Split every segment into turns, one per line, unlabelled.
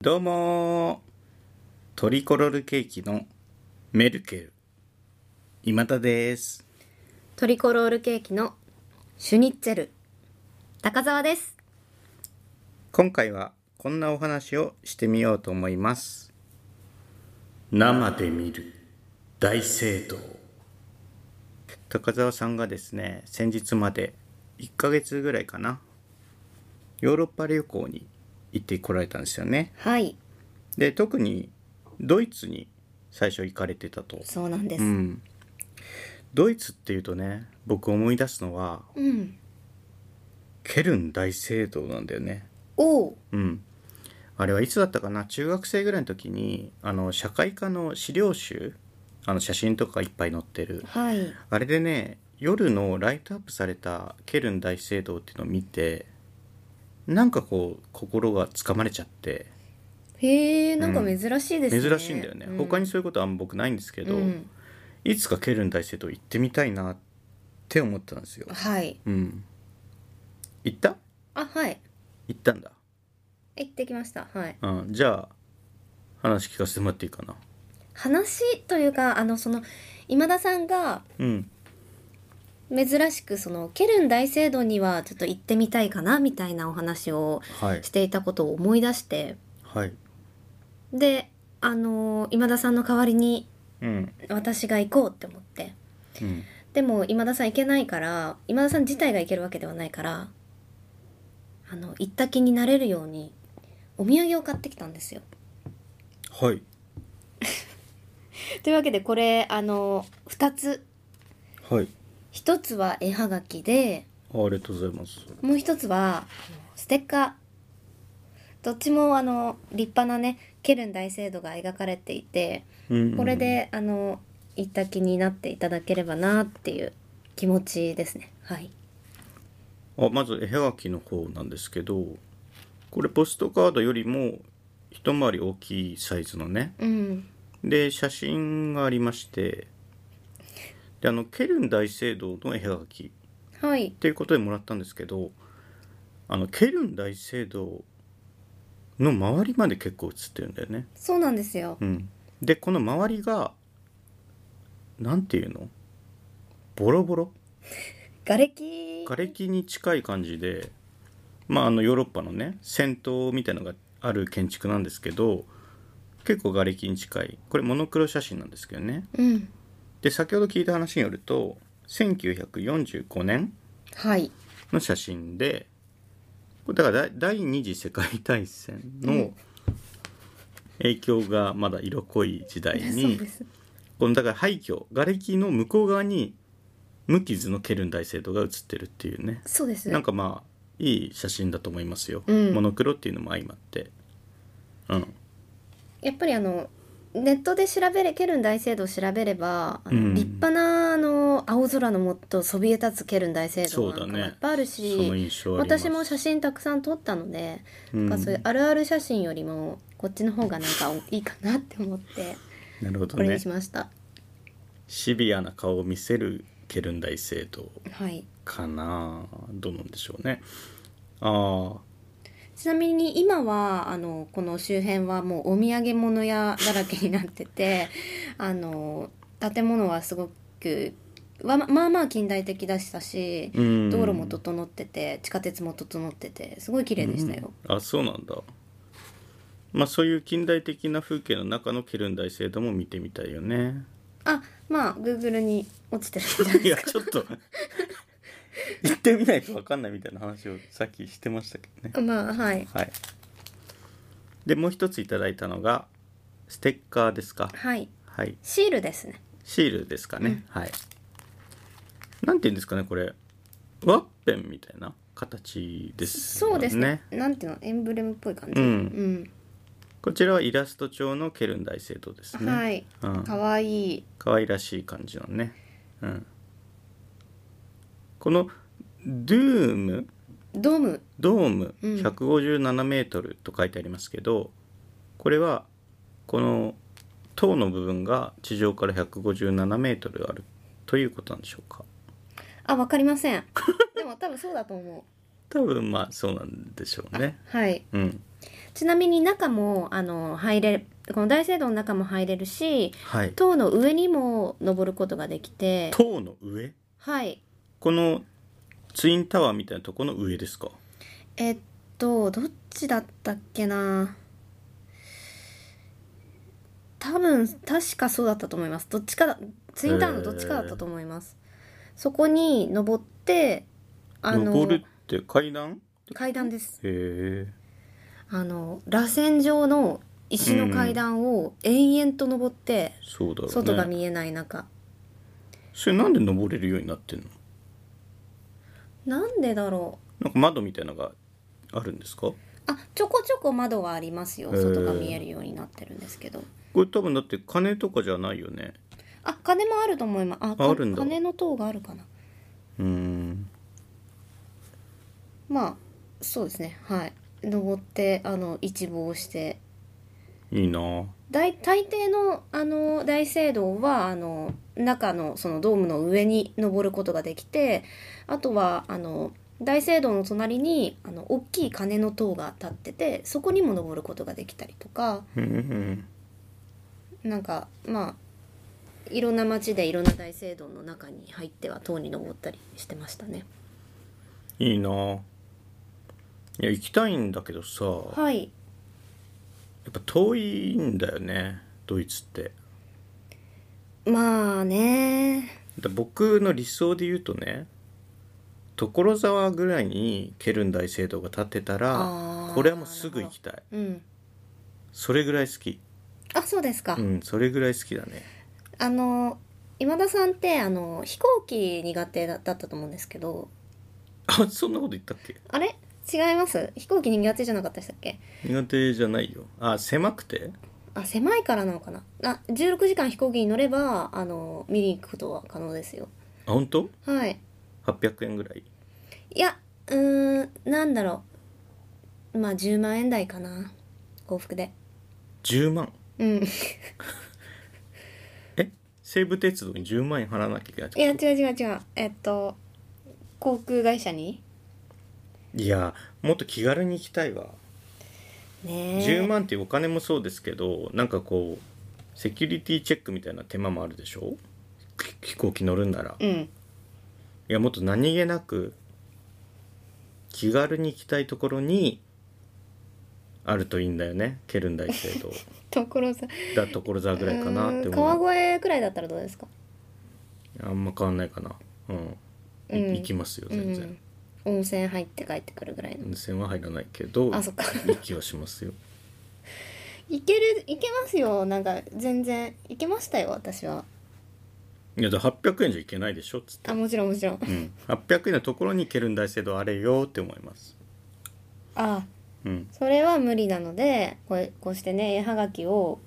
どうもートリコロールケーキのメルケル今田です
トリコロールケーキのシュニッツェル高澤です
今回はこんなお話をしてみようと思います生で見る大聖堂高澤さんがですね先日まで1ヶ月ぐらいかなヨーロッパ旅行に行ってこられたんですよね
はい
で特にドイツに最初行かれてたと
そうなんです、
うん、ドイツっていうとね僕思い出すのは
うん
ケルン大聖堂なんだよね
おう
うんあれはいつだったかな中学生ぐらいの時にあの社会科の資料集あの写真とかいっぱい載ってる
はい
あれでね夜のライトアップされたケルン大聖堂っていうのを見てなんかこう心がつかまれちゃって
へえなんか珍しいですね、
珍しいんだよね、
う
他にそういうことはあんま僕ないんですけど、
うん
いつかケルン大聖堂行ってみたいなって思ったんですよ
はい
うん。行った
あはい
行ったんだ。
行ってきましたはい
うん。じゃあ、話聞かせてもらっていいかな。
話というかあのその今田さんが
うん。
珍しくそのケルン大聖堂にはちょっと行ってみたいかなみたいなお話を
はい
し。ていたことを思い出して
はい。
であの今田さんの代わりに
うん。
私が行こうって思って
うん。
でも今田さん行けないから今田さん自体が行けるわけではないからあの行った気になれるようにお土産を買ってきたんですよ。
はい。
というわけでこれあの2つ
はい。
1つは絵はがきで
あありがとうございます。
もう1つはステッカー。どっちもあの立派なねケルン大聖堂が描かれていて
うん
これ。であの行った気になっていただければなっていう気持ちですね。はい、
あまず、絵はがきの方なんですけど、これ、ポストカードよりも、一回り大きいサイズのね。
うん
で、写真がありまして、で、あの、ケルン大聖堂の絵はがき。
はい
っていうことでもらったんですけどあのケルン大聖堂の周りまで結構写ってるんだよね、
そうなんですよ。
うん、でこの周りがなんていうのボロボロ
瓦礫
瓦礫に近い感じでまああのヨーロッパのね戦闘みたいのがある建築なんですけど結構瓦礫に近いこれモノクロ写真なんですけどね
うん
で先ほど聞いた話によると1945年
はい
の写真でこれだからだ第二次世界大戦の影響がまだ色濃い時代
そう
に
です
このだから廃墟瓦礫の向こう側に無傷のケルン大聖堂が写ってるっていうね
そうです
なんかまあいい写真だと思いますよ、
うん
モノクロっていうのも相まってうん
やっぱりあのネットで調べれケルン大聖堂を調べればあの、
うん
立派なあの青空のもとそびえ立つケルン大聖堂なんか
そう
も
だね
いっぱいある
そ
し、
の印象あります
私も写真たくさん撮ったので、
うん
なんかそういうあるある写真よりもこっちの方がなんかいいかなって思って
なるほど
これに
ね
しました、
シビアな顔を見せるケルン大聖堂
はい
かなどうなんでしょうねああ
ちなみに今はあのこの周辺はもうお土産物屋だらけになってて あの建物はすごくわまあまあ近代的でしたし
道
道路も整ってて地下鉄も整っててすごい綺麗でしたよ。
あそうなんだまあそういう近代的な風景の中のケルン大聖堂も見てみたいよね
あまあ Google に落ちてるんじゃない
い
で
や
すか。
ちょっと行ってみないと分かんないみたいな話をさっきしてましたけどね
まあはい
はいでもう一ついただいたのがステッカーですか
はい
はい
シールですね。
シールですかね、はいなんて言うんですかねこれワッペンみたいな形ですよ
そうですね。なんていうのエンブレムっぽい感じ。
うん
うん
こちらはイラスト調のケルン大聖堂ですね
はい。
うん
可愛いい。
可愛らしい感じのね、うん、このドゥーム
ドーム
ドーム
うん
1 5 7ルと書いてありますけど、これはこの塔の部分が地上から1 5 7ルあるということなんでしょうか
あわかりません。でも多分そうだと思う。
多分まあそうなんでしょうね。
はい
うん。
ちなみに中もあの入れこの大聖堂の中も入れるし
はい。
塔の上にも登ることができて
塔の上
はい
このツインタワーみたいなとこの上ですか
えっとどっちだったっけな多分確かそうだったと思いますどっちかだツインタワーのどっちかだったと思いますそこに登ってあの
登るって階段
階段です
へえ。
あの螺旋状の石の階段を延々と登って、
そうだろうね。
外が見えない中
それなんで登れるようになってんの
なんでだろ
なんか窓みたいなのがあるんですか
うあちょこちょこ窓はありますよ
へー
外が見えるようになってるんですけど
これ多分だって鐘とかじゃないよね。
あ鐘もあると思いますあか
あるんだ
鐘の塔があるかな
うーん。
まあそうですねはい登ってあの一望して
いいな ぁ
大大抵のあの大聖堂はあの中のそのドームの上に登ることができてあとはあの大聖堂の隣にあの大きい鐘の塔が立っててそこにも登ることができたりとか
うんうん
なんかまあいろんな町でいろんな大聖堂の中に入っては塔に登ったりしてましたね。
うん。いいなぁいや、行きたいんだけどさ、や
はい
っぱ遠いんだよね、ドイツって。
まあね
だ僕の理想で言うとね所沢ぐらいにケルン大聖堂が建ってた
あ
ら
ー
これはもうすぐ行きたい
うん
それぐらい好き
あそうですか。
うんそれぐらい好きだね
あの今田さんってあの飛行機苦手だだったと思うんですけど
あそんなこと言ったっけ
あれ違います飛行機苦手じゃなかったでしたっけ
苦手じゃないよあ狭くて
あ狭いからなのかなあ16時間飛行機に乗ればあの見に行くことは可能ですよ
あ本当
はい
800円ぐらい
いやうーんなんだろうまあ10万円台かな往復で
10万
うんい
え西武鉄道に10万円払わなきゃいけないってこと
や違う違う違うえっと航空会社に
いやもっと気軽に行きたいわ
ねえ
10万っていうお金もそうですけどなんかこうセキュリティチェックみたいな手間もあるでしょ飛飛行機乗るんなら
うん
いやもっと何気なく気軽に行きたいところにあるといいんだよねケルン大聖堂
ところさ
だ所沢ぐらいかなって
うーん
思う
川越くらいだったらどうですか
あんま変わんないかなうん、い
うん
行きますよ全然、
うん、温泉入って帰ってくるぐらいの
温泉は入らないけど
あそっか
行きはしますよ
行ける行けますよなんか全然行けましたよ私はい
やだから800円じゃいけないでしょっつって、
あもちろんもちろん
うん、800円のところにケルン大聖堂あれよって思います
あ
うん
それは無理なのでこうこうしてね絵はがきを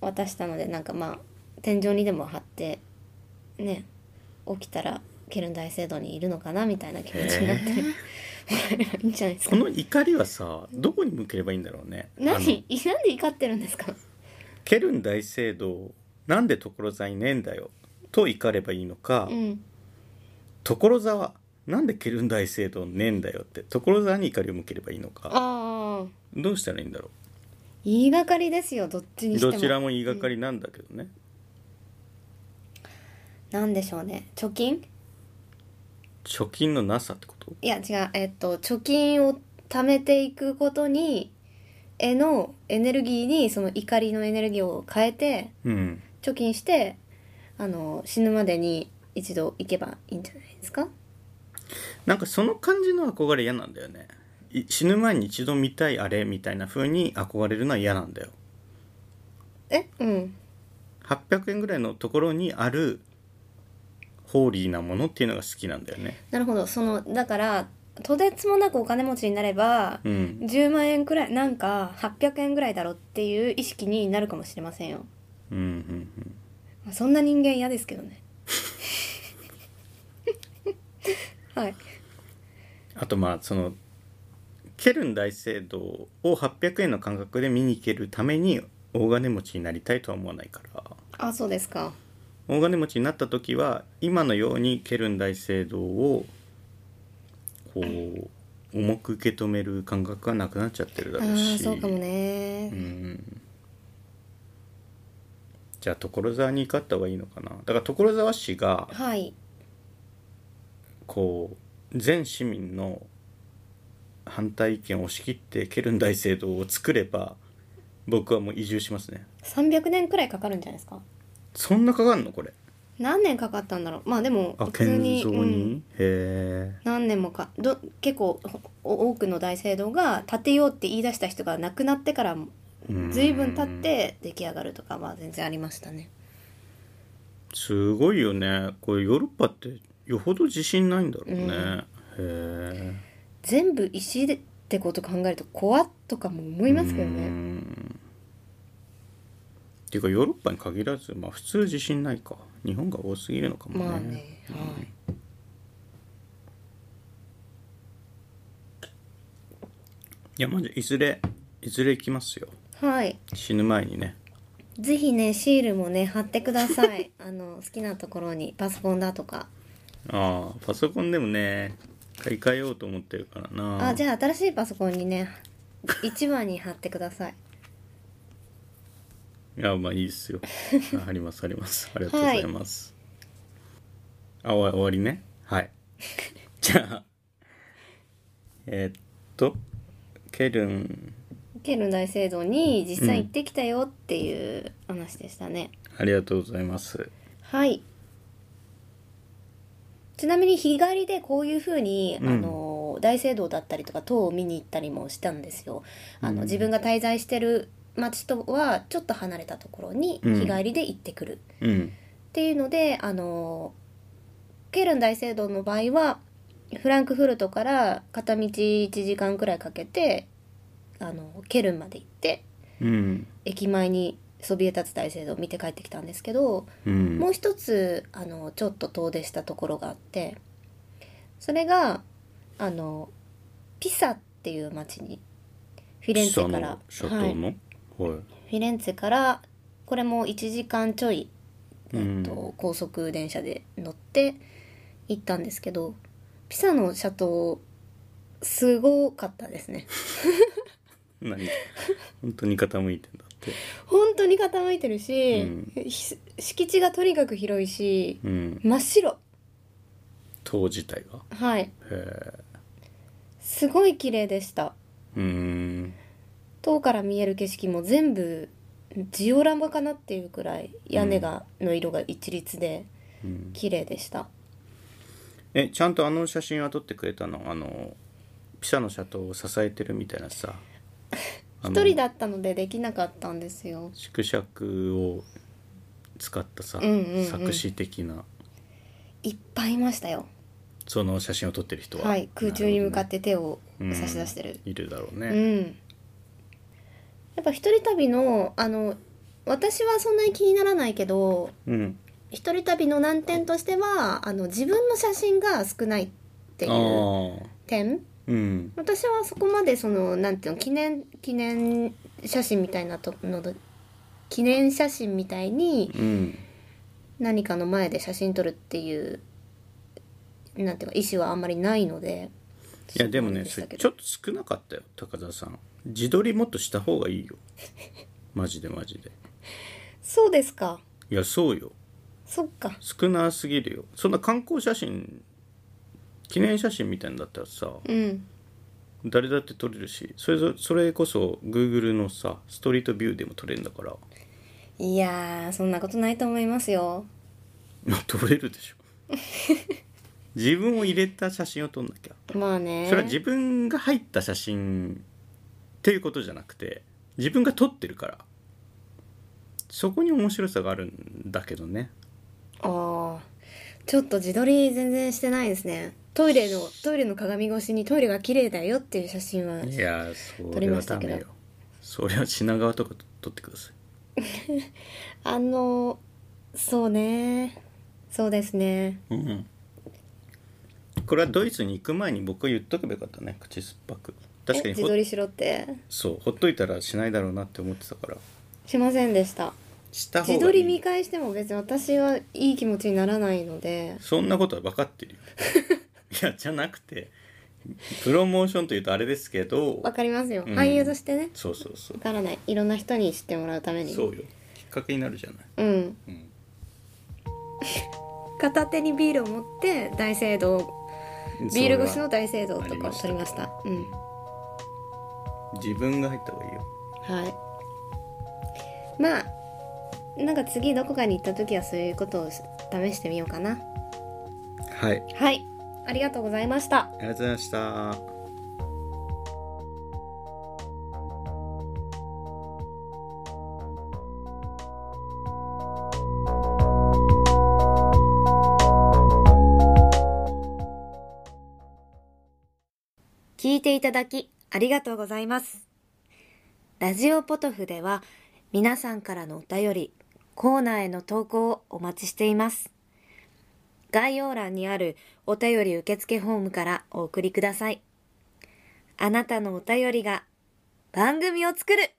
渡したのでなんかまあ天井にでも貼ってね起きたらケルン大聖堂にいるのかなみたいな気持ちになって、いいんじゃないです
こ
か
の怒りはさどこに向ければいいんだろうねあの
何いなんで怒ってるんですか
ケルン大聖堂なんで所沢いねえんだよと怒ればいいのか、
うん
所沢なんでケルン大聖堂ねえんだよって所沢に怒りを向ければいいのか
ああ
どうしたらいいんだろ
言いがかりですよどっちに
う
しても
どちらも言いがかりなんだけどね、
なんでしょうね貯金
貯金のなさってこと
いや違うえっと貯金を貯めていくことにへのエネルギーにその怒りのエネルギーを変えて
うん
貯金してあの死ぬまでに一度行けばいいんじゃないですか
なんかその感じの憧れ嫌なんだよねい死ぬ前に一度見たいあれみたいな風に憧れるのは嫌なんだよ
えうん
800円ぐらいのところにあるホーリーなものっていうのが好きなんだよね
なるほどそのだからとてつもなくお金持ちになれば、
うん
10万円くらいなんか800円くらいだろっていう意識になるかもしれませんよ
うんうんうん
まあそんな人間嫌ですけど ねはい
あとまあそのケルン大聖堂を800円の感覚で見に行けるために大金持ちになりたいとは思わないから
あそうですか
大金持ちになった時は今のようにケルン大聖堂をこう重く受け止める感覚がなくなっちゃってるだ
あ
ろうし
あそうかもね、
うんじゃあ所沢に行かった方がいいのかなだから所沢市が
はい
こう全市民の反対意見を押し切ってケルン大聖堂を作れば僕はもう移住しますね
300年くらいかかるんじゃないですか
そんなかかんのこれ
何年かかったんだろうまあでも
あ
普通
建
に
造に、
うん
へえ
何年もかど結構お多くの大聖堂が建てようって言い出した人が亡くなってから随分経って出来上がるとかは全然ありましたね
すごいよねこれヨーロッパってよほど自信ないんだろうね、
うん
へえ
全部石でってこと考えると怖っとかも思いますけど
うー
ね
んっていうかヨーロッパに限らずまあ普通自信ないか日本が多すぎるのかもね,、
まあねはい
いやまじいずれいずれ行きますよ
はい
死ぬ前にね
ぜひねシールもね貼ってくださいあの好きなところにパソコンだとか
ああパソコンでもね買い替えようと思ってるからな
あじゃあ新しいパソコンにね一番に貼ってください
いやまあいいですよ あありますありますありがとうございます、あ終わ終わりねはい じゃあえーっとケルン
ケルン大聖堂に実際行ってきたよっていう話でしたね、
ありがとうございます
はいちなみに日帰りでこういうふうに、
うん
あの大聖堂だったりとか塔を見に行ったりもしたんですよあの、自分が滞在してる町とはちょっと離れたところに
うん
日帰りで行ってくる、
うん
っていうのであのケルン大聖堂の場合はフランクフルトから片道1時間くらいかけてあのケルンまで行って
うん
駅前にそびえ立つ大聖堂を見て帰ってきたんですけど、
うん
もう一つあのちょっと遠出したところがあってそれがあのピサっていう町にフィレンツェから
シャト
は
ー
い、
の、はい
フィレンツェからこれも1時間ちょい、
う
え
ん
っと、高速電車で乗って行ったんですけどピサのシャトーすごかったです ね
何本当に傾いてんだって
本当に傾いてるし、
う
ひ敷地がとにかく広いし
うん
真っ白
塔自体が
はい
へ
すごい綺麗でした
えうん
塔から見える景色も全部ジオラマかなっていうくらい屋根が、の色が一律で
うん
綺麗でした
えちゃんとあの写真は撮ってくれたのあのピサのシャトーを支えてるみたいな さあの
一人だったのでできなかったんですよ
縮尺を使ったさ、
うんうんうん
作詞的ない
っぱいいましたよ
その写真を撮ってる人は、
はい空中に向かってて手を
うん
差し出してる
いるだろう
う
ね、
ん、やっぱ一人旅のあの私はそんなに気にならないけど
うん、
一人旅の難点としてはあの自分の写真が少ないっていう
ああ
点
うん
私はそこまでそのなんていうの記念記念写真みたいなとのど記念写真みたいに
うん
何かの前で写真撮るっていうなんていうか意思はあんまりないので
いやでもねそ
そ
うれ
なんでしたけ
ちょ
ど
っと少なかったよ高田さん自撮りもっとした方がいいよマジでマジで
そうですか
いやそうよ
そっか
少なすぎるよそんな観光写真記念写真みたいなんだったらさ
うん
誰だって撮れるしそれぞそれこそ Google のさストリートビューでも撮れるんだから
いやーそんなことないと思いますよ
いや撮れるで しょ自分を入れた写真を撮んなきゃ
まあね
それは自分が入った写真っていうことじゃなくて自分が撮ってるからそこに面白さがあるんだけどね
ああちょっと自撮り全然してないですねトイレのトイレの鏡越しにトイレが綺麗だよっていう写真はい
やーそ
撮
れ
り
は
まし
ダ
たけど
メよそれは品川とかと撮ってください
あのそうねそうですね
うんこれはドイツに行く前に僕は言っとけばよかったね口酸っぱく確かに
え自
ほ
撮りしろって
そうほっといたらしないだろうなって思ってたから
しませんでした
した方
自
が
撮
い
り
い
見返しても別に私はいい気持ちにならないので
そんなことは分かってるよいやじゃなくてプロモーションというとあれですけど
わかりますよ、
うん
俳優としてね
そうそうそう
わからないいろんな人に知ってもらうために
そうよきっかけになるじゃない、
うん
うん、
片手にビールを持って大聖堂ビール越しの大聖堂
そ
と
れ
か
は
を撮りましたうん
自分が入った方がいいよ
はいまあなんか次どこかに行った時はそういうことを試してみようかな
はいあり
はいありがとうございました
がとうございました
聞いていただきありがとうございます。ラジオポトフでは皆さんからのお便り、コーナーへの投稿をお待ちしています。概要欄にあるお便り受付フォームからお送りください。あなたのお便りが番組を作る